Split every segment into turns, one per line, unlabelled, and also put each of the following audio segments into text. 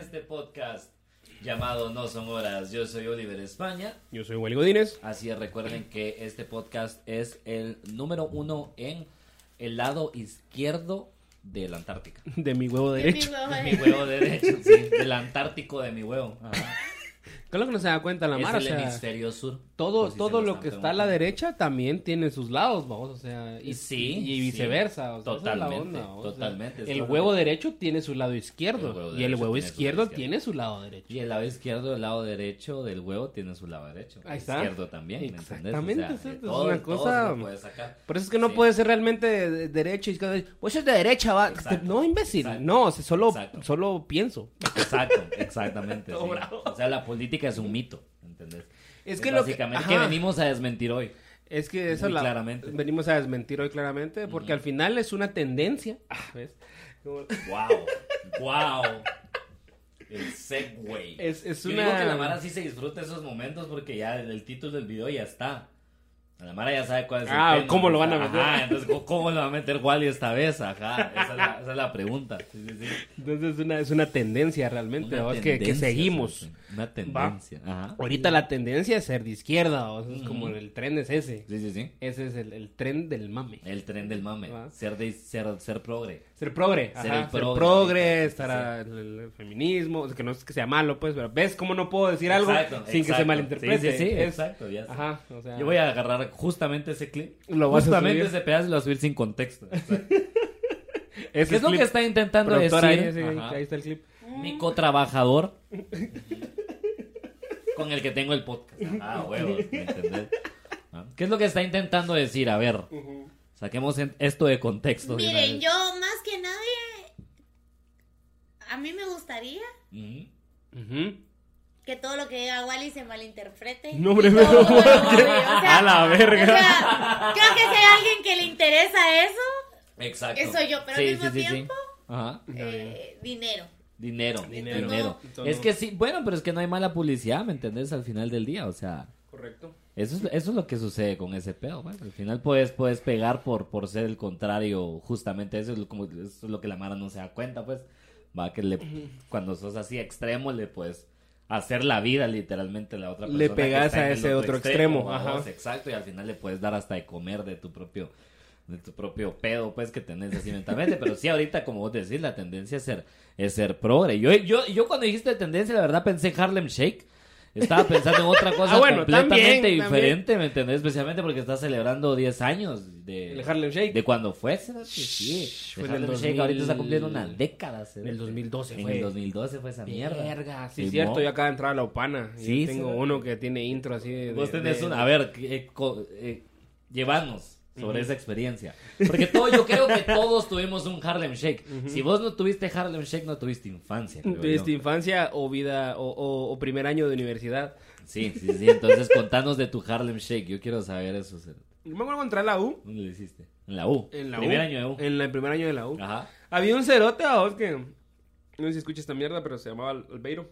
este podcast llamado No Son Horas. Yo soy Oliver España.
Yo soy Wally Godínez.
Así es, recuerden que este podcast es el número uno en el lado izquierdo de la Antártica.
De mi huevo derecho.
De mi huevo derecho, sí. Del Antártico de mi huevo. Ajá.
Claro que no se da cuenta la
Es
mar, o
el
sea,
hemisferio sur.
todo,
por si
todo
se
lo que
están
está a la
preguntando.
derecha también tiene sus lados, vamos, o sea, y,
Sí,
y
sí.
viceversa, o sea, esa es la
Totalmente,
onda, vamos, o sea,
totalmente, es
el
correcto.
huevo derecho tiene su lado
El huevo
izquierdo y el
derecho
huevo
tiene su
izquierdo
lado
tiene su lado derecho.
Y el lado izquierdo, el lado derecho del huevo tiene su lado derecho.
Ahí
El
está.
Izquierdo también. ¿me entendés?
Exactamente,
O sea,
es
de
cierto, es
todo-
una
de todo
cosa-
se puede sacar.
Por eso es que no
Sí.
puede ser realmente de- de derecha, izquierda, pues es de derecha, va.
Exacto,
no, imbécil,
exacto,
no, o sea, solo,
exacto.
solo pienso.
Exacto, exactamente.
Todo
sí.
bravo.
O sea, la política es un mito, ¿entendés?
Es que lo que-
básicamente
ajá.
que venimos a desmentir hoy.
Es que eso
Muy
la,
claramente.
venimos a desmentir hoy claramente, porque al final es una tendencia. Ah, ¿ves? Como-
Wow, wow. El segway.
Es- es
Yo
una-
digo que la Mara sí se disfruta esos momentos porque ya el, el título del video ya está. La Mara ya sabe cuál es el
Ah,
tema,
¿cómo lo
o sea,
van a meter?
Ajá, entonces, ¿cómo- ¿cómo lo va a meter Wally esta vez? Ajá, esa es la, esa es la pregunta. Sí, sí, sí.
Entonces es una, es una tendencia realmente,
Una
¿va? Es que, que
tendencia,
seguimos.
sí, sí. Una tendencia. Ajá.
Ahorita la tendencia es ser de izquierda, o sea, es como el tren es ese.
Sí, sí, sí.
Ese es el, el tren del mame.
El tren del mame.
Va.
Ser, de, ser, ser progre.
Ser progre,
Ser
ajá,
el
ser
progre,
progre,
sí,
estar
sí.
a- el, el feminismo, o sea, que no es que sea malo, pues, pero ves cómo no puedo decir algo
Exacto,
sin que se
exacto.
malinterprete.
Sí, sí, sí,
Es-
exacto, ya sé.
Ajá, o sea,
Yo voy a agarrar justamente ese clip.
Lo vas a
justamente
subir.
ese pedazo y lo voy a subir sin contexto. ¿Qué
ese
es lo
clip,
que está intentando decir?
productora, ahí, ese-
Ajá.
ahí está el clip.
Mm.
Mi cotrabajador con el que tengo el podcast. Ah, huevos, ¿me entendés? Ah, ¿Qué es lo que está intentando decir? A ver, saquemos en- esto de contexto. de una
Miren,
vez.
yo más que nada, a mí me gustaría
Ujú.
Ujú.
que todo lo que diga Wally se malinterprete.
No, hombre,
Y
pero-
todo lo que- o sea,
A la verga.
o sea, creo que si hay alguien que le interesa eso,
Exacto.
Eso yo, pero al mismo tiempo-
Ajá.
eh, dinero.
Dinero,
Dinero.
dinero.
Entonces no.
Es que sí, bueno, pero es que no hay mala publicidad, ¿me entendés? Al final del día, o sea,
Correcto.
eso es, eso es lo que sucede con ese pedo. Bueno, al final puedes, puedes pegar por, por ser el contrario, justamente eso es, lo, como, eso es lo que la Mara no se da cuenta, pues. Va, que le, cuando sos así extremo, le puedes hacer la vida literalmente a la otra
Le
persona. que
pegás
está
a
en el
ese otro extremo,
¿va?
ajá.
Exacto, y al final le puedes dar hasta de comer de tu propio de tu propio pedo, pues, que tenés así mentalmente. Pero sí, ahorita, como vos decís, la tendencia es ser, es ser progre. Yo, yo, yo cuando dijiste tendencia, la verdad pensé Harlem Shake. Estaba pensando en otra cosa
Ah, bueno,
completamente
también,
diferente, ¿me entendés? Especialmente porque está celebrando 10 años de,
El Harlem Shake.
de cuando fue. ¿será que sí?
Shh,
El
fue en el
Harlem Shake ahorita está
2000.
cumpliendo una década.
En
¿será?
el 2012
En
fue.
el 2012 fue esa mierda.
Verga, sí,
Simón.
es cierto, yo acaba de entrar a la Opana. y
Sí,
yo tengo
sí.
uno que tiene intro así de.
Vos
de-
tenés
de-
una. A ver, eh, co- eh, llevanos sobre esa experiencia. Porque todo, yo creo que todos tuvimos un Harlem Shake. Si vos no tuviste Harlem Shake, no tuviste infancia. creo
¿Tuviste
yo.
infancia o vida o, o- o primer año de universidad?
Sí, sí, sí. Entonces, contanos de tu Harlem Shake. Yo quiero saber eso. Cero.
Yo me acuerdo contra la U.
¿Dónde lo hiciste? En la U.
En la
Primer
U,
año de U. Ah.
En la- el primer año de la U.
Ajá.
Había un cerote a vos que. No sé si escuchas esta mierda, pero se llamaba Al- Albeiro.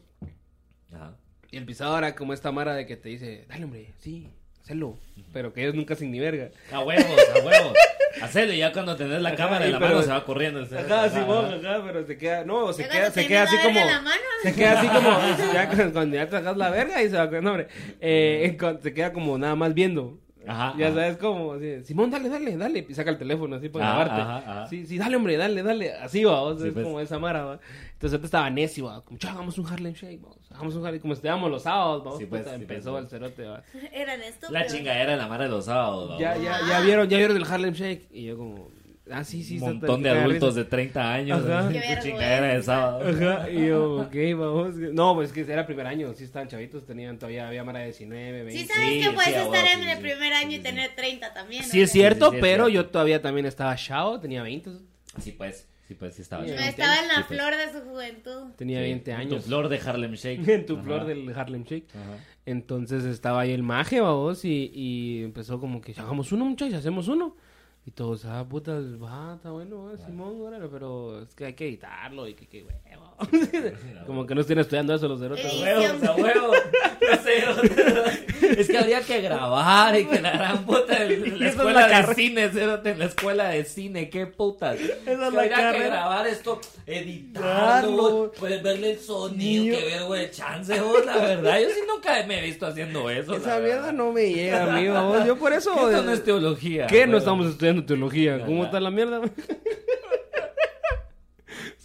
Ajá.
Y el pisado era como esta mara de que te dice, dale, hombre, sí, hazlo. Pero que ellos nunca sin ni verga.
A huevos, a huevos. Hacelo y ya cuando tenés la
Ajá,
cámara en
y
la
pero-
mano se va corriendo. el cero.
Ajá, sí, vos,
ajá.
ajá, pero se queda. No, se
Ya
queda,
cuando
se
tenés
queda
la
así
verga
como.
en la mano.
Se queda así como, ya cu- cuando ya sacas la verga y se va, no, hombre, eh, cu- se queda como nada más viendo.
Ajá,
ya
ajá.
sabes como, así, Simón, dale, dale, dale, y saca el teléfono así para
Ajá,
grabarte.
Ah, ajá, ajá.
Sí, sí, dale, hombre, dale, dale, así va, o sea,
Sí,
es
pues.
como esa mara, va. Entonces antes estaba necio, va, como, "Chá, hagamos un Harlem Shake, vamos, hagamos un Harlem, como estábamos los sábados, vamos,
Sí, pues,
puta,
sí,
empezó
pues,
el cerote, va.
Eran estúpidos.
La chingadera en la mano de los sábados. ¿no?
Ya, ya, ya vieron, ya vieron el Harlem Shake, y yo como, ah, sí, sí.
Un
está-
montón de
está
adultos
risa.
de 30 años.
Ajá.
Qué
Tu
vergüenza.
chingadera de sábado.
Ajá, y yo, ok, vamos. No, pues que era primer año, sí estaban chavitos, tenían todavía, había mara de 19, 20.
Sí,
Sí,
sabes
Sí,
que puedes
sí, a huevo,
estar
sí,
en
sí,
el
sí.
primer año
Sí,
y
sí,
tener 30 también. o
es
sea,
cierto,
sí, sí, es
pero
cierto.
yo todavía también estaba chavo, tenía 20,
Sí, pues. Sí, pues, sí estaba.
Sí,
No
chido.
estaba en la
Sí, pues.
flor de su juventud.
tenía
Sí,
20
En tu
años.
flor de Harlem Shake.
En tu
Ajá.
flor del Harlem Shake.
Ajá.
Entonces estaba ahí el maje, babos, y, y empezó como que hagamos uno, muchachos, hacemos uno. Y todos, ah, puta, va, está bueno, va, Simón, órale, pero es que hay que editarlo y que qué huevo. como que no estén estudiando eso los
Eh,
derrotas.
A huevos, a huevos. No sé, no sé. Es que habría que grabar y que la gran puta en
esa
la
es
escuela
la
de
carrera.
cine, cerote, en la escuela de cine, qué putas.
es
que
la
habría que
carrera.
grabar esto, editarlo,
Darlo.
güey, pues, verle el sonido,
Niño.
que vergo de chance, vos, la verdad. Yo sí nunca me he visto haciendo eso.
Esa
la
mierda
verdad.
no me llega, amigo. vos. Yo por eso.
Esto no es teología.
¿Qué? No
güey.
estamos estudiando teología. ¿Cómo
Ajá.
está la mierda?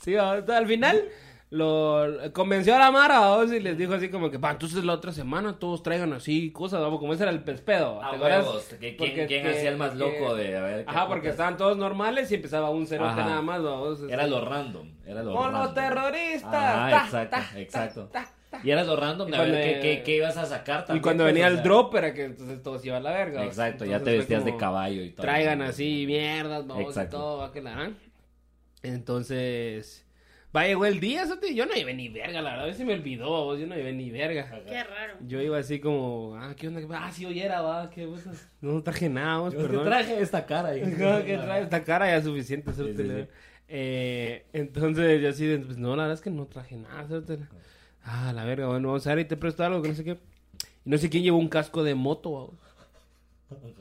sí, va, al final lo convenció a la Mara vamos, y les dijo así como que, va, entonces la otra semana todos traigan así cosas, vamos, como ese era el pespedo.
A
¿te acuerdas?
Ah, huevos, que ¿Quién,
Porque
quién
te-
hacía el más loco
que-
de a ver? qué
Ajá, porque
putas?
estaban todos normales y empezaba un cerote
Ajá.
nada más, vamos.
Era lo random. Era lo
¡Con
random.
los terroristas!
Ajá,
Ta,
exacto,
ta, ta,
exacto.
ta, ta.
Y era lo random
Y
de a ver
cuando-
qué, qué- qué ibas a sacar también.
Y cuando
pues,
venía
o
el
sea,
drop era que entonces todos iban a la verga. vamos.
Exacto, ya
Entonces
te
fue
vestías de
como-
caballo y todo.
traigan así mierdas, vamos
Exacto.
y todo, va que la harán. Entonces, va, llegó el día, sote, yo no llevé ni verga, la verdad, a veces me olvidó, vos, yo no llevé ni verga.
Qué raro.
Yo iba así como, ah, ¿qué onda? Ah, si hoy era, va, qué puta. No traje nada, vos,
Yo te
perdón.
traje esta cara. y-
No, que trae esta cara ya es suficiente, cerote,
sí,
la
sí.
verdad. Eh, entonces yo así, de, pues no, la verdad es que no traje nada, cerote, la- Ah, la verga, bueno, vamos a ver, y te presto algo, que no sé qué. Y no sé quién llevó un casco de moto, vamos.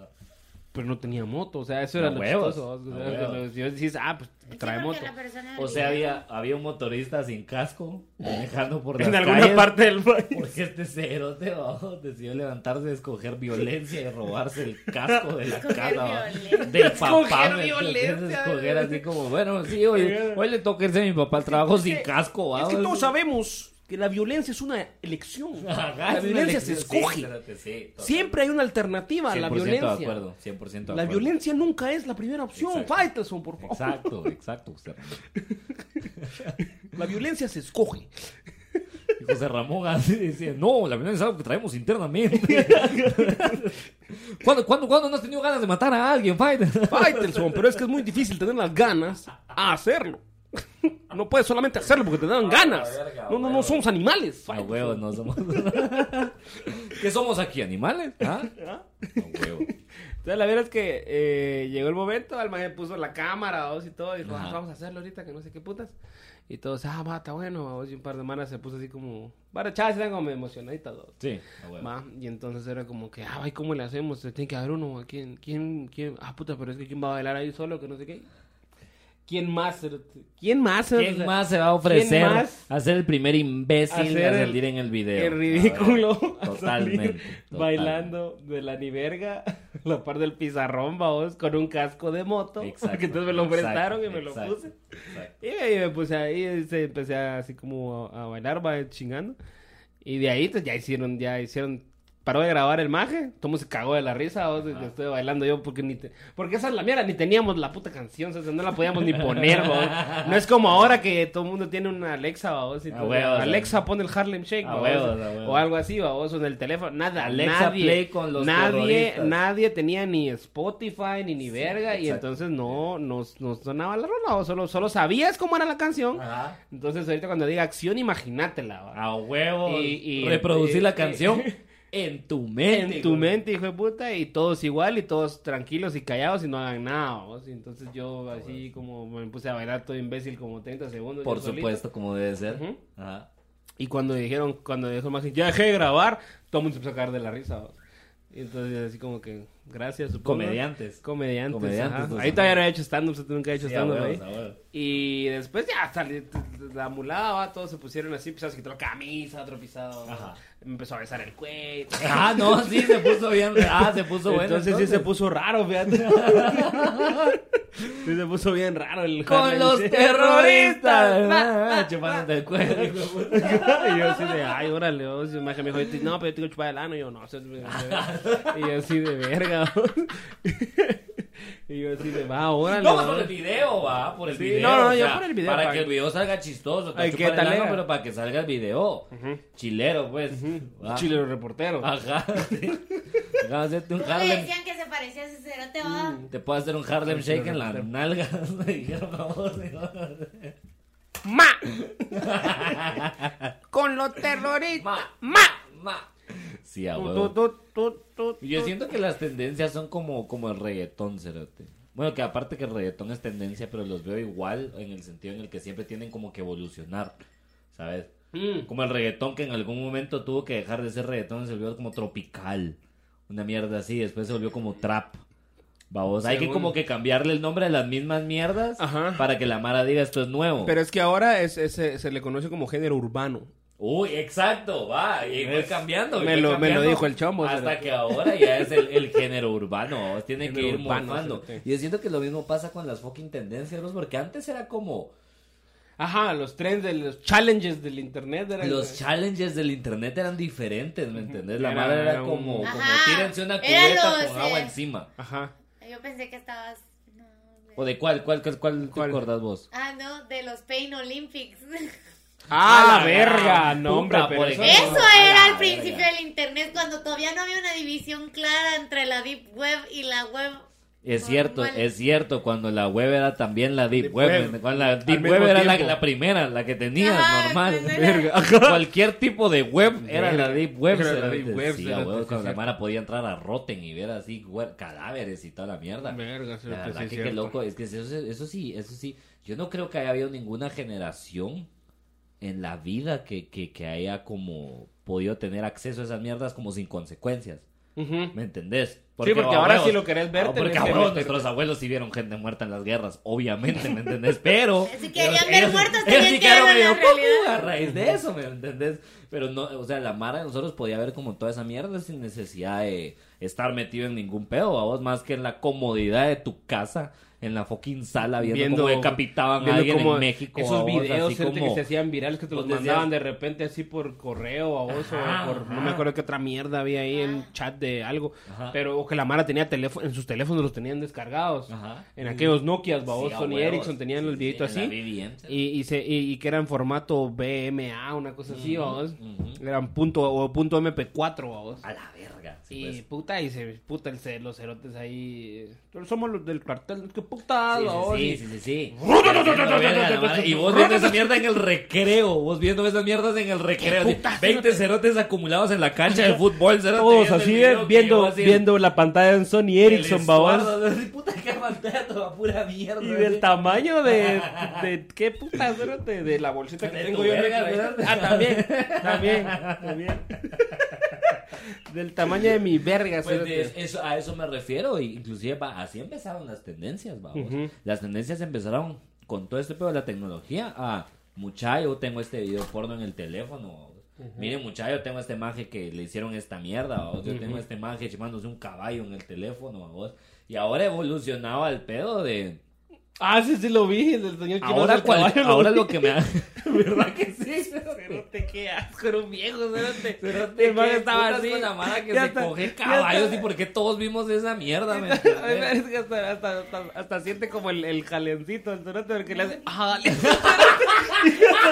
Pero no tenía moto, o sea, eso era
A
lo
huevos,
chistoso, vamos, o
a
sea, que
huevos.
los- yo decís, ah,
Sí,
pues trae moto.
porque la persona
O sea,
del video-
había, había un motorista sin casco manejando por las
En alguna
calles,
parte del país.
Porque este cerote bajo decidió levantarse, escoger violencia y robarse el casco de la
Escoger
casa. va.
violencia.
Del papá.
Escoger
¿me entendés?
violencia,
Escoger así como, bueno, sí, hoy, hoy le toca irse a mi papá al trabajo sin casco. va,
Es que
va,
todos
eso-
sabemos que la violencia es una elección.
Ajá,
la
es una
violencia se
elección, sí,
escoge.
cerote, sí, total.
Siempre hay una alternativa a la
100% de
violencia.
acuerdo, 100% de acuerdo.
La violencia nunca es la primera opción.
Exacto.
Faitelson, por favor.
Exacto, exacto, José Ramón.
La violencia se escoge.
Y José Ramón así decía, no, la violencia es algo que traemos internamente. ¿Cuándo, cuándo, cuándo no has tenido ganas de matar a alguien, Fighter?
Faitelson, pero es que es muy difícil tener las ganas a hacerlo. No puedes solamente hacerlo porque te
Ah,
dan ganas.
verga,
No, no,
huevo.
no somos animales.
A
Faitelson.
huevos, no somos. ¿Qué somos aquí, animales? ¿Ah? A huevo.
Entonces la verdad es que eh, llegó el momento, al maje puso la cámara, vamos y todo, y dijo,
Ajá.
"Ah, vamos a hacerlo ahorita, que no sé qué putas. Y todos, ah, va, está bueno, vamos, y un par de semanas se puso así como, para chavas, eran como emocionaditas, dos.
Sí, a huevo.
Va, y entonces era como que, ah, ay, ¿cómo le hacemos? Tiene que haber uno, ¿a ¿quién, quién, quién? Ah, puta, pero es que ¿quién va a bailar ahí solo? Que no sé qué. ¿Quién más? ¿Quién más? O
¿Quién
sea,
más se va a ofrecer
¿quién más?
a ser el primer imbécil
Hacer
a
el-
salir en el video?
el ridículo.
A ver,
a salir
Totalmente. totalmente.
Bailando de la ni verga, la par del pizarrón, vamos, con un casco de moto.
Exacto,
Porque entonces me lo
exacto,
prestaron y me lo
exacto,
puse.
exacto.
Y ahí me puse ahí, este, empecé a- así como a, a bailar, va chingando. Y de ahí, pues ya hicieron, ya hicieron. Paró de grabar el maje, Tomo se cagó de la risa, o sea, que estoy bailando yo porque ni te- porque esa es la mierda, ni teníamos la puta canción, o sea, no la podíamos ni poner, va. No es como ahora que todo el mundo tiene una Alexa, va, o sea,
A
tú-
huevos,
Alexa pone el Harlem Shake,
A
va, o
huevos,
sea,
a huevos.
o algo así, va, o sea, en el teléfono, nada,
Alexa,
nadie,
play con los
nadie,
terroristas.
nadie tenía ni Spotify ni ni
Sí,
verga y
exacto.
entonces no nos, nos sonaba la rola, o solo solo sabías cómo era la canción.
Ajá.
Entonces ahorita cuando diga acción, imagínatela. va.
A huevo.
Y- y-
Reproducir
y-
la
y-
canción en tu mente.
En tu
güey.
mente, hijo de puta, y todos igual, y todos tranquilos y callados y no hagan nada. ¿vos? Y entonces
Ah,
yo así como me puse a bailar todo imbécil como 30 segundos.
Por
yo solito.
supuesto, como debe ser.
Ujú.
Ajá.
Y cuando dijeron, cuando dijo más, ya dejé de grabar, todo el mundo se empezó a cagar de la risa. ¿vos? Y entonces así como que, gracias, supongo.
Comediantes.
Comediantes.
Comediantes,
ajá.
entonces,
Ahí todavía no he hecho stand-up, se nunca he hecho
Sí, a
stand-up ahí.
huevos, a huevos.
Y después ya salí la mulada, va, todos se pusieron así, pues, empezaron a quitar la camisa, otro pisado.
Ajá.
Me empezó a besar el cuello.
Ah, no, sí, se puso bien. Ah, se puso bueno.
entonces, sí se puso raro, fíjate. sí se puso bien raro el
Con
Harlem
los
Shake.
terroristas.
Ah,
Ah, chupándote el cuello. hijo de puta.
ah. y yo así de, ay, órale, oh, si me dijo, no, pero yo tengo chupada de lano, y yo no, o sea, me- me- y yo así de verga. oh. y yo así de, va, órale.
No,
oh.
por el video, va, por el
Sí,
video.
no, no,
o
yo
sea,
por el video,
Para
para
que
que-
el video salga chistoso.
Ay,
que
qué
chupa el ano,
talera.
Pero para que salga el video. Chilero, pues. va.
Chilero reportero.
Ajá. sí. Vamos a hacerte un
¿Cómo le
Harlem.
decían que se parecía a ese cerote? va?
Te puedo hacer un Harlem Shake en las nalgas. Me dijeron, por favor.
¡Ma! Con los terroristas.
Ma,
¡Ma!
ma. Sí, a
Tu,
huevo.
tu, tu, tu, tu.
Yo siento que las tendencias son como, como el reggaetón, cerote. Bueno, que aparte que el reggaetón es tendencia, pero los veo igual en el sentido en el que siempre tienen como que evolucionar, ¿sabes?
Mm.
Como el reggaetón que en algún momento tuvo que dejar de ser reggaetón, se volvió como tropical. Una mierda así, después se volvió como trap. Vamos, hay que
Según-
como que cambiarle el nombre a las mismas mierdas
Ajá.
para que la Mara diga esto es nuevo.
Pero es que ahora es, es- eh, se, se le conoce como género urbano.
Uy, exacto, va, y fue cambiando. y
me
fue
lo- me lo
cambiando
dijo el chombo,
Hasta
pero-
que ahora ya es el, el género urbano, vos, tiene que
Género
ir
urbano,
morfando.
sí, sí.
Y yo siento que lo mismo pasa con las fucking tendencias, vos, porque antes era como
Ajá, los trends de los challenges del internet eran
los challenges del internet eran diferentes, ¿me entendés? La
Era-
Mara era
era un-
como, como
Ajá,
tírense una
era
cubeta
los,
con agua
eh,
encima.
Ajá.
Yo pensé que estabas. no, de-
¿O de cuál? ¿Cuál, cuál, cuál,
¿Cuál?
te acordás vos?
Ah, no, de los Pain Olympics.
Ah,
la
verga,
gran
no hombre,
puta,
pero
por
eso-
ejemplo.
Eso
a la
era al
verga.
principio del internet, cuando todavía no había una división clara entre la Deep Web y la Web.
Es
normal.
cierto, es cierto, cuando la web era también la Deep,
Deep
Web,
Web.
cuando la Deep
mismo
Web era la,
tiempo.
la primera, la que tenías,
Ajá,
normal.
cuando era- Verga,
Cualquier tipo de web era la
Verga.
Deep Web.
Era la
cerote.
Deep Web,
Sí,
cerote,
a huevo,
sí,
cuando la
cierto.
Mara podía entrar a Rotten y ver así güey, cadáveres y toda la mierda.
Verga,
La
cierto,
verdad
sí,
que qué
cierto.
loco, eh. es que eso, eso sí, eso sí, yo no creo que haya habido ninguna generación en la vida que, que, que haya como podido tener acceso a esas mierdas como sin consecuencias,
Ujú.
¿me entendés?
porque
a
ahora si lo querés ver,
ah,
tenés
porque
que
a huevo,
meterte.
nuestros abuelos sí vieron gente muerta en las guerras, obviamente, ¿me entendés? Pero...
Si querían
pero
ver
ellos-
muertos,
ellos
tenían
sí
que
quedaron
ver la
medio poco
realidad.
a raíz de eso, ¿me entendés? Pero no, o sea, la Mara de nosotros podía ver como toda esa mierda sin necesidad de estar metido en ningún pedo, a vos más que en la comodidad de tu casa, en la fucking sala viendo,
Viendo-
cómo decapitaban a
Viendo
alguien
como
en México.
Esos
a vos,
videos
así
cierto, que
como-
se hacían virales que te los
Vos decías-
mandaban de repente así por correo a vos
Ajá,
o por no me
ajá.
acuerdo qué otra mierda había ahí en chat de algo.
Ajá.
Pero o que la Mara tenía teléfono, en sus teléfonos los tenían descargados.
Ajá.
En aquellos Nokias, babos,
Sí, a
Sony
huevos.
Ericsson tenían
Sí,
el
sí,
videito
en la
así.
BBM,
Y, y, se, y, y que eran formato BMA, una cosa así,
Ujú,
babos.
ujú.
Eran punto, o punto MP4, babos.
A la verga. sí,
Y
pues.
puta, y se puta el ce- los cerotes ahí. eh, Somos los del cuartel, qué puta, babos,
Sí,
y-
sí, sí, sí, sí. Y vos viendo esa mierda en el recreo. Vos viendo esas mierdas en el recreo. así, 20 cerotes acumulados en la cancha de fútbol. cerote,
Todos
viendo el
así,
video
eh,
que
viendo,
vos así,
viendo la pantalla en Sony
el
Ericsson, babos.
estuardo, así, puta que pantalla toda pura mierda.
Y
así.
del tamaño de, de qué puta, de, de la bolsita que
De
tengo
tu
yo. en el
verga,
traje.
¿verdad?
Ah, también, también, también. Del tamaño de mi verga,
Pues
cerote.
de eso, a eso me refiero. y Inclusive va, así empezaron las tendencias, vamos.
Ujú.
Las tendencias empezaron con todo este pedo de la tecnología. Ah, muchacho, yo tengo este video porno en el teléfono. babos. Miren, muchacho, yo tengo este maje que le hicieron esta mierda. babos. Yo tengo este maje chimándose un caballo en el teléfono. babos. Y ahora evolucionaba el pedo de...
Ah, sí, sí, lo vi, el del señor que va
Ahora,
al
cual-
caballo,
ahora
vi.
lo que me ha... ¿Verdad que sí?
Cerote, qué asco, era un viejo, cerote.
Cerote,
El man
qué
estaba
putas
así.
con la mara que
Ya
se
está,
coge
ya
caballos
está.
y porque todos vimos esa mierda, ¿me
A
entendés?
mí me parece que hasta, hasta, hasta, hasta siente como el, el jalencito el cerote porque le hace. ¡Ah, dale!
¡A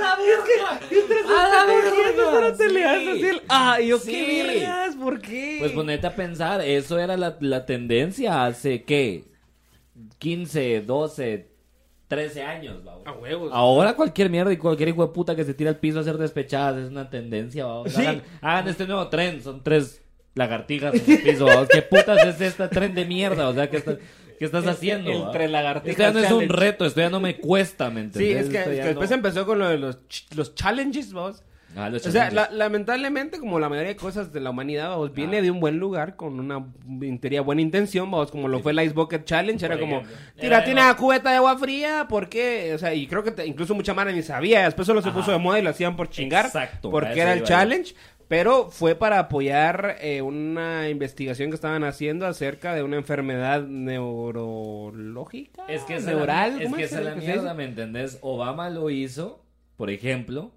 la
¡A la
verga!
cerote
Ah, Sí.
le hace así el. ¡Ah! Y yo,
Sí.
¿qué vergas? ¿Por qué?
Pues ponete a pensar, eso era la, la tendencia hace, ¿qué? 15, 12, 13 años, vamos.
A huevos.
Ahora cualquier mierda y cualquier hijo de puta que se tira al piso a ser despechadas es una tendencia, vamos.
Sí.
Hagan, hagan este nuevo tren, son tres lagartijas en el piso, vamos. ¿Qué putas es este tren de mierda? O sea, ¿qué estás, qué estás haciendo?
el
va?
tren lagartijas
Esto ya no es un
challenge.
reto, esto ya no me cuesta, ¿me
Sí,
entiendes?
es que,
Esto
es
ya
que después
no-
empezó con lo de los, ch- los challenges, vamos.
Ah, los
O sea,
challenges.
la- lamentablemente, como la mayoría de cosas de la humanidad, vamos, viene
Ah.
de un buen lugar, con una, en teoría, buena intención, vamos, como lo fue el Ice Bucket Challenge, era
Por
como,
ejemplo.
tírate
Era-
una cubeta de agua fría, porque, o sea, y creo que te- incluso mucha mara ni sabía, después solo se
Ajá.
puso de moda y lo hacían por chingar,
Exacto, para
porque
eso
era el
iba yo.
challenge, pero fue para apoyar eh, una investigación que estaban haciendo acerca de una enfermedad neurológica,
Es que esa es
neural,
la, es
¿cómo
que esa es la
¿Qué se dice?
mierda, ¿me entendés? Obama lo hizo, por ejemplo,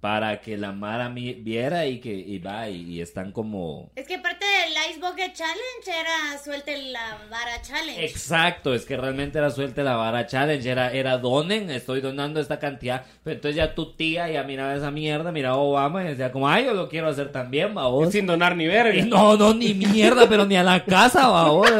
para que la Mara mi- viera y que y va y, y están como...
Es que parte del Ice Bucket Challenge era suelte la vara challenge.
Exacto, es que realmente era suelte la vara challenge, era, era donen, estoy donando esta cantidad, pero entonces ya tu tía ya miraba esa mierda, miraba a Obama y decía como, ay, yo lo quiero hacer también, va vos.
Sin donar ni verga.
Y no, no, ni mierda, pero ni a la casa, va vos.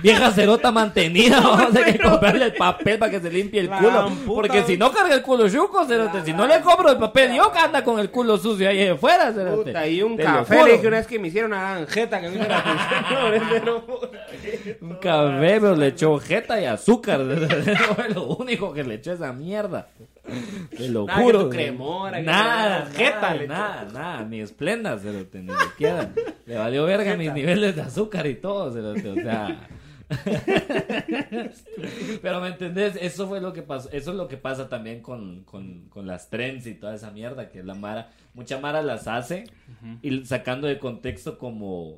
Vieja cerota mantenida, vamos a que comprarle el papel para que se limpie el
La
culo.
gran puta.
Porque si no carga el culo yuco, cerote. Si no le compro el papel, yo que anda con el culo sucio ahí afuera, cerote.
Puta, y un
Te lo
café
juro.
le dije una vez que me hicieron una granjeta que me hizo la atención, ese no, porque-
Un café, pero le echó jeta y azúcar. cerote. Fue lo único que le echó esa mierda. Te lo
Nada, que
juro.
tu cremora, que
nada,
nada,
jeta,
nada,
nada, nada, ni esplenda se lo tenía ni siquiera. Le valió verga mis niveles de azúcar y todo, se lo- o sea. Pero me entendés, eso fue lo que pasó, eso es lo que pasa también con, con, con las trends y toda esa mierda que la Mara, mucha Mara las hace y sacando de contexto como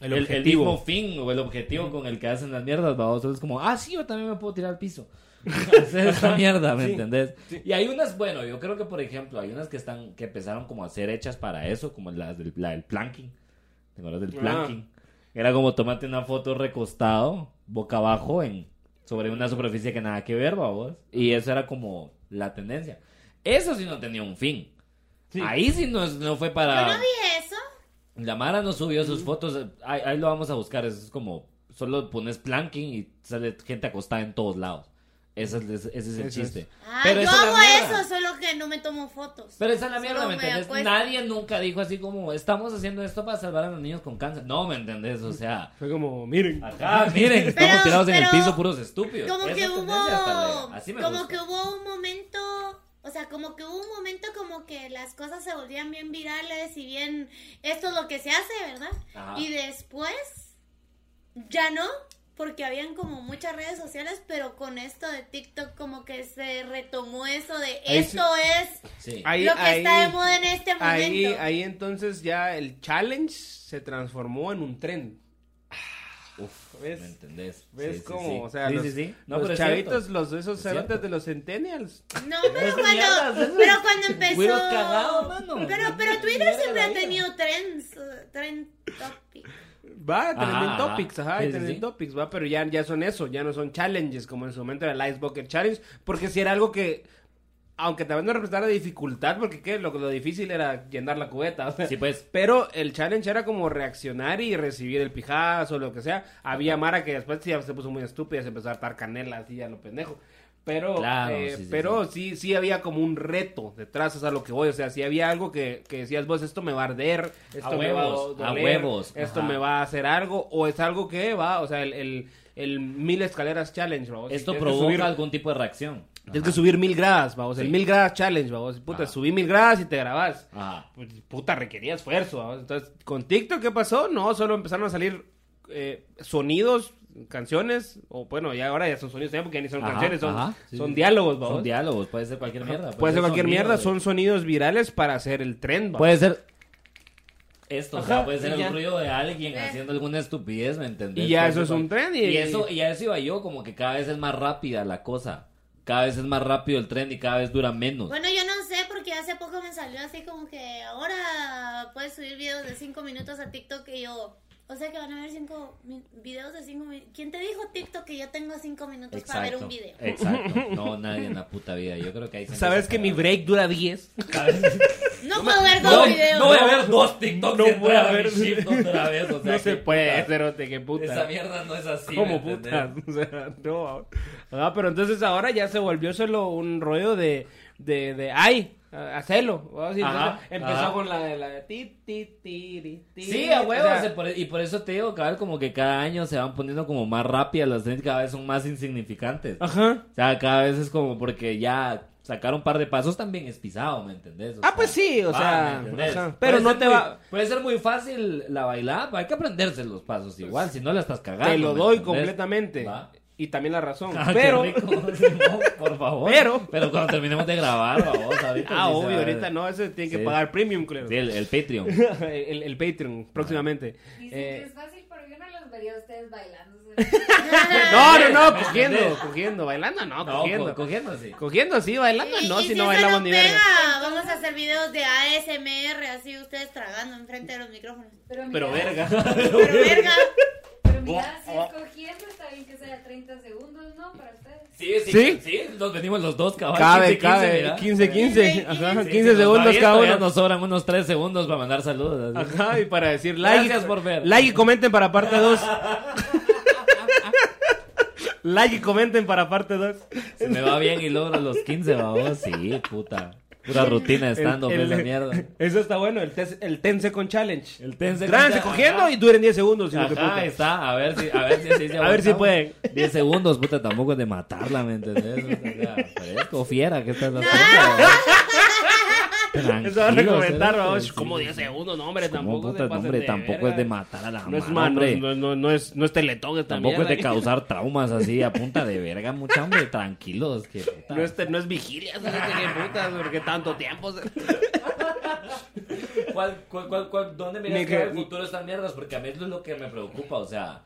el, el mismo fin o el objetivo con el que hacen las mierdas, vamos, es como, ah, sí, yo también me puedo tirar al piso. hacer esa mierda, ¿me entendés? Y hay unas, bueno, yo creo que, por ejemplo, hay unas que están, que empezaron como a ser hechas para eso, como las del, la del planking. ¿Te acuerdas del
Ah.
planking? Era como tomarte una foto recostado, boca abajo, en, sobre una superficie que nada que ver, vamos. Y eso era como la tendencia. Eso sí no tenía un fin. Ahí sí no, es- no fue para...
Yo no vi eso.
La Mara no subió sus fotos. eh, Ahí, ahí lo vamos a buscar. Es como. Solo pones planking y sale gente acostada en todos lados. Ese es, ese es el
Eso
chiste.
Ah, yo
Pero esa es la
hago
mierda.
eso, pues. solo que no me tomo fotos.
Pero esa es la mierda,
Solo
¿me
me
entendés?
acuesto.
Nadie nunca dijo así como, estamos haciendo esto para salvar a los niños con cáncer. No, ¿me entendés? O sea,
Fue como, miren.
acá, miren, estamos
Pero-
tirados en el
pero-
piso puros estúpidos.
como
Esa
que
es tendencia hasta
hubo
de- Así me
como
gusta.
que hubo un momento o sea como que hubo un momento como que las cosas se volvían bien virales y bien esto es lo que se hace verdad
Ajá.
y después ya no porque habían como muchas redes sociales pero con esto de TikTok como que se retomó eso de
Ahí
esto es
Sí.
Ahí-
lo que
ahí-
está de moda en este momento
Ahí, ahí entonces ya el challenge se transformó en un tren.
Uf,
¿Ves?
¿me entendés?
¿Ves
Sí, sí,
cómo?
sí.
O sea,
Sí,
los,
sí, sí. No,
los
pero es
chavitos,
cierto.
los, esos
Es
cerotes
cierto.
de los centennials.
No, pero
Esas mierdas,
cuando,
esos
pero cuando empezó.
güeros cagados, mano.
Pero, pero Twitter
Mierda
siempre
la
ha
vida.
tenido trends. eh, Trend topic.
Va, trending
ajá.
topics, ajá,
Sí, sí,
trending
sí.
topics, va, pero ya, ya son eso, ya no son challenges como en su momento era el Ice Bucket Challenge, porque si era algo que, aunque también no representara dificultad, porque ¿qué? Lo, lo difícil era llenar la cubeta, o sea,
Sí, pues.
pero el challenge era como reaccionar y recibir el pijazo, lo que sea. Había Mara que después sí, ya se puso muy estúpida, se empezó a hartar canela, así ya lo pendejo. Pero,
Claro,
eh,
sí, sí,
pero sí. sí, había como un reto detrás, es a lo que voy. O sea, sí había algo que, que decías vos, esto me va a arder, esto
A
me
huevos,
va
a
a doler,
huevos,
esto
ajá.
me va a hacer algo, o es algo que va, o sea, el, el, el mil escaleras challenge, bro. Si
Esto
tienes que
provoca
subir-
algún tipo de reacción.
Tienes que subir mil gradas, vamos, el
Sí.
mil gradas challenge, vamos, puta,
Ajá.
subí mil gradas y te grabás.
Ajá.
Pues, puta, requería esfuerzo. ¿va? Entonces, con TikTok, ¿qué pasó? No, solo empezaron a salir eh, sonidos, canciones, o bueno, ya ahora ya son sonidos, ya porque ya ni son
Ajá,
canciones, son,
ajá, sí,
son
sí.
diálogos, ¿va?
Son diálogos, puede ser cualquier mierda.
Puede ser cualquier
sonido,
mierda,
güey.
son sonidos virales para hacer el tren, ¿va?
Puede ser. Esto, o sea,
Ajá,
puede ser
y
el
ya. Eh.
ruido de alguien
Sí.
haciendo alguna estupidez, ¿me entendés?
Y ya
Puede
eso
ser
es un
cual-
tren y-
Y, eso, y a eso iba yo, como que cada vez es más rápida la cosa. Cada vez es más rápido el tren y cada vez dura menos.
Bueno, yo no sé porque hace poco me salió así como que ahora puedes subir videos de 5 minutos a TikTok y yo. O sea que van a ver 5 videos de 5 minutos. ¿Quién te dijo TikTok que yo tengo 5 minutos pues, para ver un video?
Exacto. No, nadie en la puta vida. Yo creo que ahí se
¿Sabes que mi break dura 10?
No puedo ver
No,
dos videos.
no voy a ver dos TikToks
No
no
voy a ver-
otra vez. O sea,
no se
qué
puede,
puta.
cerote, qué puta.
Esa mierda no es así. ¿me
como
entendés?
putas. O sea, no. va. Ah, pero entonces ahora ya se volvió solo un rollo de, de, de ay, hacelo. vamos, y entonces
Ajá,
empezó
ajá.
con la de la de ti, ti, tiri, ti,
Sí, a
o
huevo.
sea,
se por- y por eso te digo, cabal, como que cada año se van poniendo como más rápidas, las trends cada vez son más insignificantes.
Ajá.
O sea, cada vez es como porque ya sacar un par de pasos también es pisado, ¿me entendés? O
Ah, pues sí, o
va,
sea,
¿me entendés?
ajá.
Puede
Pero
ser
no te
muy-
va-
Puede ser muy fácil la bailada, pero hay que aprenderse los pasos igual, si Ah, no la estás cagando.
Pues Te lo
¿me
doy
entendés?
completamente.
Va.
Y también la razón.
Ah, qué
pero.
rico, Simón, por favor.
Pero-
cuando terminemos de grabar, vamos, ahorita.
Ah,
sí se
obvio,
va a-
ahorita no, eso tiene que
Sí.
pagar premium, claro.
Sí, el, el Patreon.
el, el Patreon, próximamente.
Dicen que
Eh,
es fácil, pero yo no los vería a ustedes bailando.
no, no, no,
"Ah, ¿Me
cogiendo,
entendés?
cogiendo, bailando, no,
No,
cogiendo.
co- cogiendo, sí.
Cogiendo, sí, bailando,
Y-
no,
y
si no
eso
bailamos ni
pega,
verga.
Vamos a hacer videos de ASMR así ustedes tragando enfrente de los micrófonos.
Pero, mira,
Pero verga.
Pero verga.
Pero mira, si es cogiendo, está bien que sea 30 segundos, ¿no? Para ustedes.
Sí, sí,
¿Sí?
sí, nos venimos los dos, cabal. 15,
Cabe,
15,
cabe.
mira.
15, 15.
15,
Ajá,
Sí,
15
sí, nos va
segundos
bien,
cada
todavía
uno.
Nos sobran unos 3 segundos para mandar saludos. así.
Ajá, y para decir like.
Gracias por ver.
Like y comenten para parte
Ah.
2. like y comenten para parte 2.
Si me va bien y logro los 15, babos, oh, sí, puta. Pura rutina de
El-
stand-up,
el-
esa mierda.
Eso está bueno, el, tes- el Ten Second Challenge.
El ten second
Grábense
challenge.
cogiendo y duren 10 segundos. hijos de
Ajá,
puta.
ahí está, a ver si, a ver si, así se
A ver si
aguantamos.
pueden.
10 segundos, puta, tampoco es de matarla, ¿me entendés? O sea, fresco, fiera, que esta es la
Eso va a recomendar,
vamos.
vamos. Como 10 segundos, no, hombre,
Tampoco,
tampoco. se pasen
hombre,
de
tampoco
verga.
es de matar a la
No es
mano,
mano,
hombre.
no, no, no es, no es teletón esta
Tampoco es
mierda.
de causar traumas así a punta de verga, mucha hombre, tranquilos, que puta.
No es, te- no es vigilia, no sé qué putas, porque tanto tiempo. se-
¿Cuál, cuál, cuál, cuál- ¿Dónde miras
Me
que va
cre-
el futuro de estas mierdas? Porque a mí es lo que me preocupa, o sea,
Ah,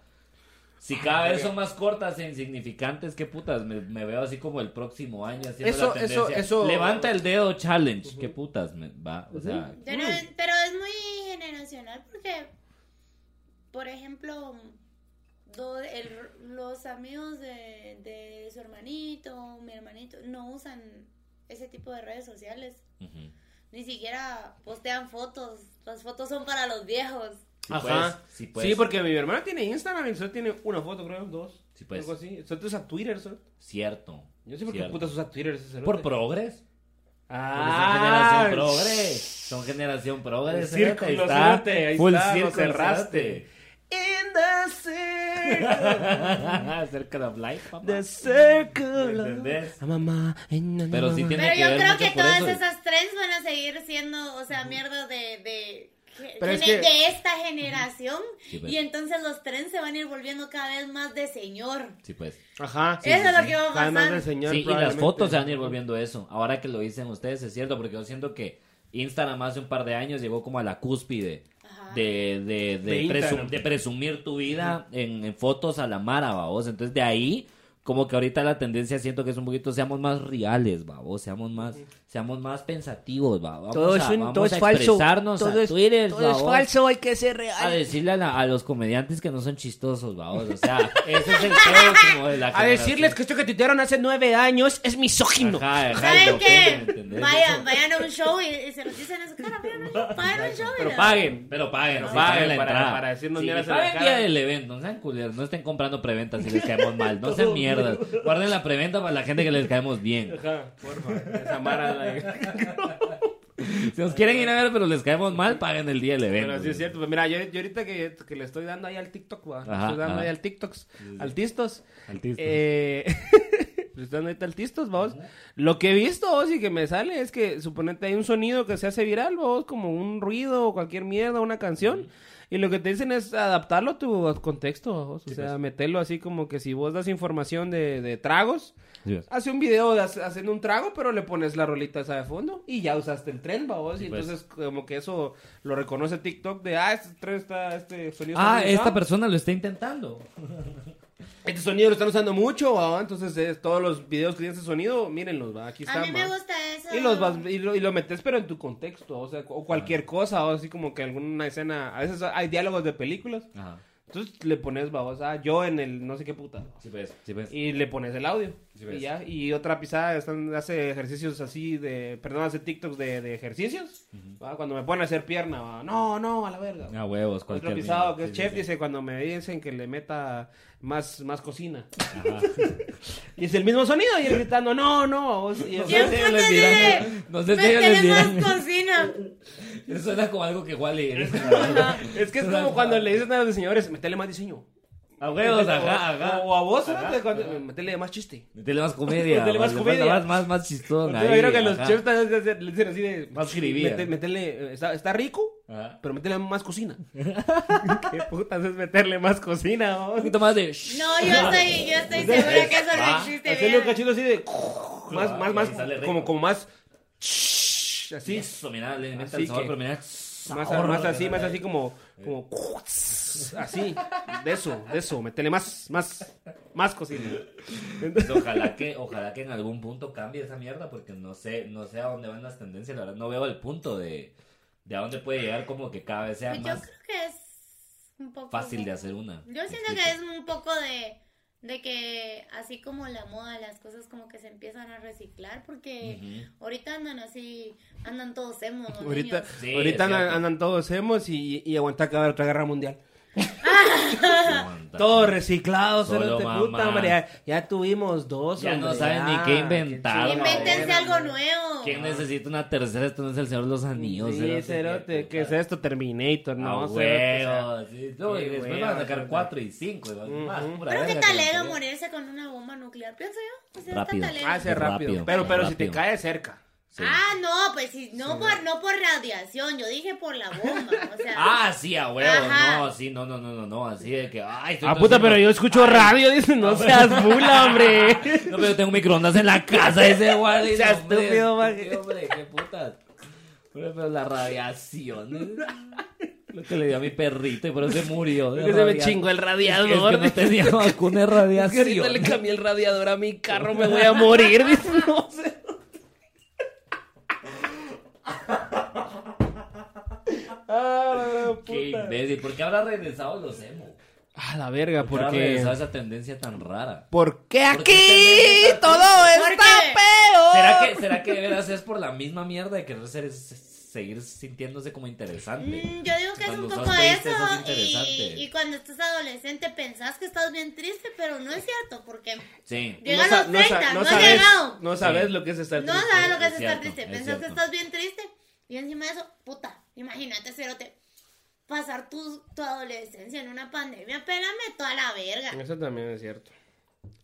si cada vez son más cortas e insignificantes, qué putas, me, me veo así como el próximo año haciendo
Eso-
la tendencia.
eso- eso-
Levanta el dedo challenge, qué putas, me, va, o sea,
Pero, pero es muy generacional porque, por ejemplo, do- el- los amigos de, de su hermanito, mi hermanito, no usan ese tipo de redes sociales.
ujú.
Ni siquiera postean fotos. Las fotos son para los viejos.
Sí,
Ajá.
pues,
sí,
sí, pues.
porque mi hermana tiene Instagram y solo tiene una foto, creo, dos.
Sí, pues.
Algo así. Solo te usa Twitter, solo.
cierto.
Yo sé por qué
cierto.
putas usa Twitter ese cerote.
Por progres. porque
Ah,
son generación progres. Son generación progres.
El círculo,
cerote,
cerote, ahí
Full
está, lo
círculo,
cerraste.
cerote.
In the circle,
Circle of life, papá.
the circle.
¿Me entendés?
Ah, mamá, ay, na, na,
Pero sí
mamá.
tiene
Pero
que
yo
ver
creo
mucho
que
por
todas
eso.
esas trends van a seguir siendo, o sea, mierda de... de... que-
Pero es
gene-
que-
de esta generación
Sí, pues.
y entonces los trends se van a ir volviendo cada vez más de señor
Sí, pues.
Ajá.
Eso es lo que va a
Cada más
pasar.
del señor,
Sí, y las
probablemente.
fotos se van a ir volviendo eso. Ahora que lo dicen ustedes, es cierto, porque yo siento que Instagram hace un par de años llegó como a la cúspide
Ajá.
de, de, de,
De
presum-
Instagram.
de presumir tu vida en, en fotos a la mara, babos. Entonces, de ahí, como que ahorita la tendencia siento que es un poquito, seamos más reales, babos, seamos más, seamos más pensativos, babos. Vamos
Todo
a,
es, un-
vamos
todo es
a
falso.
expresarnos
Todo
a
es,
Twitter,
todo es
babos
falso, hay que ser
a
real.
decirle a, la- a los comediantes que no son chistosos, vamos. O sea, ese es el próximo de la
A decirles que esto que tuitearon hace nueve años es misógino.
¿Saben qué? Vayan, vayan a un show y, y se los dicen en su cara. Vayan a un show, vayan a un show.
Pero
mira.
paguen.
Pero paguen,
Pero
sí,
paguen
paguen la
para-
entrada.
para decirnos
Sí,
mierdas en
paguen
la cara.
día del evento, no sean culeros, no estén comprando preventa si les caemos mal, no sean mierdas. Guarden la preventa para la gente que les caemos bien.
Ajá, porfa. Esa mara. la-
Si nos quieren ir a ver pero les caemos mal, paguen el día del evento.
Pero sí es cierto. Pues mira, yo, yo ahorita que, que le estoy dando ahí al TikTok, va. Le
Ajá,
estoy dando
ajá.
ahí al TikTok. Al Tistos.
Al Tistos.
Eh, le estoy dando ahorita al Tistos, vamos. Lo que he visto, vos, y que me sale es que suponete hay un sonido que se hace viral, vos, como un ruido o cualquier mierda, una canción. Y lo que te dicen es adaptarlo a tu contexto, vos. O
pues.
sea, meterlo así como que si vos das información de, de tragos.
Sí, pues.
Hace un video de hace- haciendo un trago, pero le pones la rolita esa de fondo y ya usaste el tren, babos. y
pues.
entonces, como que eso lo reconoce TikTok de, ah, este tren está, este sonido está
Ah,
bien
esta
usado".
persona lo está intentando.
Este sonido lo están usando mucho, babos. Entonces, eh, todos los videos que tienen ese sonido, mírenlos, va, aquí
A
están.
mí me
babos.
gusta eso.
Y, los vas- y, lo, y lo metes, pero en tu contexto, o sea, o cualquier cosa, o así como que alguna escena. A veces hay diálogos de películas.
Ajá.
Entonces, le pones, babos, ah, yo en el no sé qué puta.
Sí, pues, sí, pues.
Y le pones el audio.
Sí,
y
ves.
ya. Y otra pisada están, hace ejercicios así de. Perdón, hace TikToks de, de ejercicios. ¿va? Cuando me ponen a hacer pierna, va, no, no, a la verga.
A huevos,
Otro
cualquier mierda.
pisado que es
Sí, sí,
chef
sí.
dice cuando me dicen que le meta más, más cocina. y es el mismo sonido y él gritando, no, no. vos", y es-
¿Quién
sé si
puta
les dirán,
dice?
no sé si ellos les
Métele
dirán.
pues, más cocina.
Eso suena como algo que Wally.
es que es como cuando le dicen a los diseñadores, metele más diseño.
A huevos, ajá, ajá.
O a vos, ¿no? cuando- metele más chiste.
Metele más comedia.
Metele más
más
comedia.
Más, más, más chistón.
Yo
ahí,
creo que los
ajá.
chefs también le dicen- le dicen así de.
Más jiribilla.
"Mete- Metele, eh, está, está rico,
Ajá.
pero métele más cocina. ¿Qué putas es meterle más cocina?
Un poquito más de.
No, yo estoy, yo estoy segura que eso no
Va,
existe.
Hacerle un
vean.
cachito así de. Más, más,
y
más.
sale rico.
Como, como más.
Sí,
Así.
eso, mira, le inventa
Así
el sabor,
que-
pero mira.
Más,
sabor,
más
le
así,
mete.
más así como. como así. De eso, de eso. Métele más, más, más cocina.
Pues Ojalá que, ojalá que en algún punto cambie esa mierda, porque no sé, no sé a dónde van las tendencias, la verdad, no veo el punto de, de a dónde puede llegar como que cada vez sea
Pues Yo
más
creo que es un poco...
fácil de hacer una.
Yo
¿Me
siento que
explico?
es un poco de, de que así como la moda, las cosas como que se empiezan a reciclar porque ahorita andan así, andan todos emo. los
Ahorita,
niños.
Sí,
ahorita
es
andan,
cierto.
andan todos hemos y, y aguanta acabar otra guerra mundial.
Aguanta.
Todo reciclado,
Solo
cerote,
mamá.
puta, hombre. Ya, ya tuvimos dos,
Ya no
hombre,
saben ni
ya,
qué inventar,
chingada,
Invéntense
bueno,
algo
hombre.
nuevo.
¿Quién necesita una tercera? Esto no es el Señor de los Anillos.
Sí, cerote, ¿qué es esto? Terminator,
No,
no,
a
cerote, o sea,
huevo. sí. No, y
qué
después
hueva,
van a sacar
cerote.
cuatro y cinco. y más, pura
Pero qué
verga
tal
que
era
la-
morirse con una bomba nuclear, pienso yo. O sea,
Rápido.
tan
Hace
Es
rápido.
rápido,
Pero, pero si
rápido.
te cae cerca.
Sí.
Ah, no, pues sí, no por no por radiación, yo dije por la bomba, o sea.
Ah, sí, a huevo.
Ajá.
No, sí, no, no, no, no, no. Así de que. Ay, estoy
Ah,
tosiendo.
puta,
Ah,
pero yo escucho radio, dice, no seas mula, hombre.
No, pero yo tengo microondas en la casa ese guardia.
Sea
No, hombre,
estúpido, man.
Hombre, qué putas. Hombre, pero la radiación. Lo que le dio a mi perrito y por eso se murió. de
Que se me
radiación.
chingó el
Es que
radiador.
no tenía vacuna de
Es que ahorita
radiación.
le cambié el radiador a mi carro, me voy a morir. Dice, no sé. Ah,
Qué imbécil. ¿Por qué habrá regresado los emo?
A la verga,
¿Por qué habrá
porque.
regresado esa tendencia tan rara?
¿Por qué
¿Por qué
aquí
tenemos
todo
¿Por
está
qué?
peor?
¿Será que, ¿Será que de veras es por la misma mierda de querer ser- seguir sintiéndose como interesante?
Mm, yo digo que es
Cuando
un
sos
poco
triste,
eso
sos interesante.
y, y cuando estás adolescente pensás que estás bien triste, pero no es cierto porque
Sí.
llegan
sa-
los 30,
sa-
no, has
sabes,
llegado.
no sabes lo que es estar
No
triste.
sabes lo que es,
Es
estar
cierto,
triste.
es
Pensás que
cierto.
estás bien triste. Y encima de eso, puta, imagínate, cerote. Pasar tu, tu adolescencia en una pandemia, pélame toda la verga.
Eso también es cierto.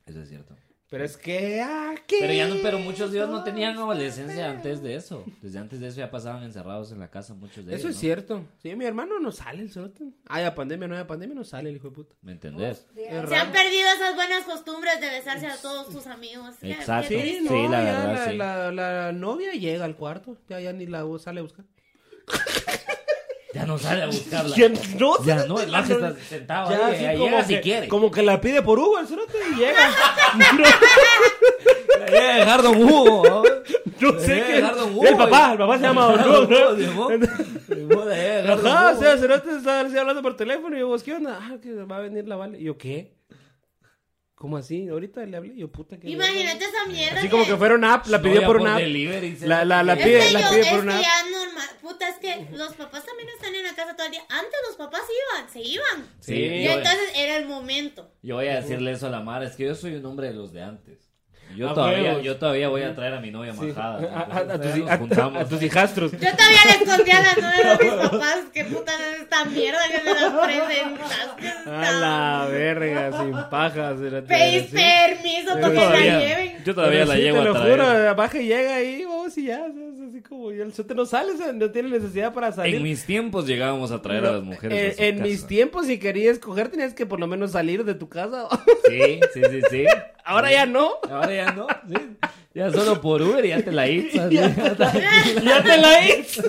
Eso es cierto.
Pero es que aquí.
Pero ya no, pero muchos dios no tenían adolescencia antes de eso. Desde antes de eso ya pasaban encerrados en la casa muchos de ellos.
Eso es
¿no?
cierto. Sí, mi hermano no sale el cerote. Haya pandemia, no haya pandemia, no sale el hijo de puta.
¿Me entendés?
De-
Se han perdido esas buenas costumbres de besarse a todos sus amigos. Qué-
Exacto.
qué
Sí,
triste.
no, la
ya
verdad,
la,
sí.
la- la novia llega al cuarto, ya, ya ni la sale a buscar.
Ya no sale a buscarla.
Ya no,
Ya no, el maje está sentado
Ya,
ahí,
así
ya
como
llega si
que-
quiere.
Como que la pide por Hugo el cerote y llega.
Deja dejar Don Hugo. ¿no?
No, no sé
Deja
qué.
dejar Don Hugo.
El papá, el papá se llama Don Hugo. ¿no? Ajá, o sea,
Ajá,
Cerote estaba así hablando por teléfono y yo, ¿vos qué onda? Ah, que va a venir la Vale. Y yo, ¿qué? ¿Cómo así? Ahorita le hablé, yo, puta, que...
Imagínate esa mierda.
Así como que fuera una app, la pidió por una app.
delivery. se-
La- la- la
Es
pide-
que
la
yo-
pide
es
por una
que
app.
ya normal. Puta, es que los papás también están en la casa todo el día. Antes los papás iban, se iban.
Sí,
Sí,
Y
yo,
entonces era el momento.
yo voy a decirle eso a la Mara. Es que yo soy un hombre de los de antes. Yo,
A
todavía,
huevos.
yo todavía voy a traer a mi novia majada.
A, a- a
Entonces,
tus,
ya nos
a-
juntamos.
a tus hijastros.
Yo todavía le escondía las nueve de mis papás. Qué puta es esta mierda que me las presentaste.
A la verga, sin pajas.
Pedís permiso
Yo
para que la
todavía-
lleven.
Yo todavía la llevo
Te
a
lo
traer.
juro, abajo llega ahí, vos y ya, es así como, y el sote no sale, o sea, no tiene necesidad para salir.
En mis tiempos llegábamos a traer a las mujeres.
En-
a su
en
casa.
mis tiempos, si querías coger, tenías que por lo menos salir de tu casa.
Sí, sí, sí, sí.
Ahora ya no.
Ahora ya no. sí. Ya solo por Uber ya te la hizo. así, ya está
Ya te la hice.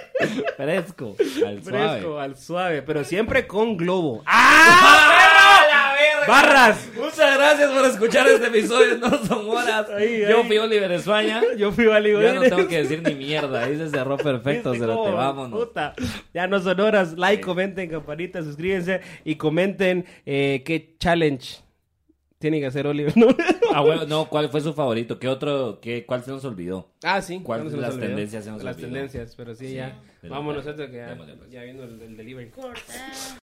Fresco. Al suave.
Fresco, al suave, pero siempre con globo. ¡Ah!
¡Ah, la verga!
¡Barras!
Muchas gracias por escuchar este episodio. No son horas.
Ahí,
Yo
ahí.
fui Oliver España.
Yo fui válido. ¿eh?
Ya no tengo que decir ni mierda. Ahí se cerró perfecto.
Viste
Se lo te
Este, cómo,
vámonos.
puta. Ya no son horas. Like, comenten, campanita, suscríbanse y comenten eh, qué challenge tiene que hacer Oliver. ¿no?
Ah, bueno, no, ¿cuál fue su favorito? ¿Qué otro? Qué, ¿Cuál se nos olvidó?
Ah, sí.
¿Cuál-
ya no se nos
las
olvidó.
tendencias se nos
Las
olvidó?
tendencias, pero sí, ya.
Pero
Vámonos,
bueno,
otro que ya,
démosle, pues.
ya viendo el, el delivery.
Cortar.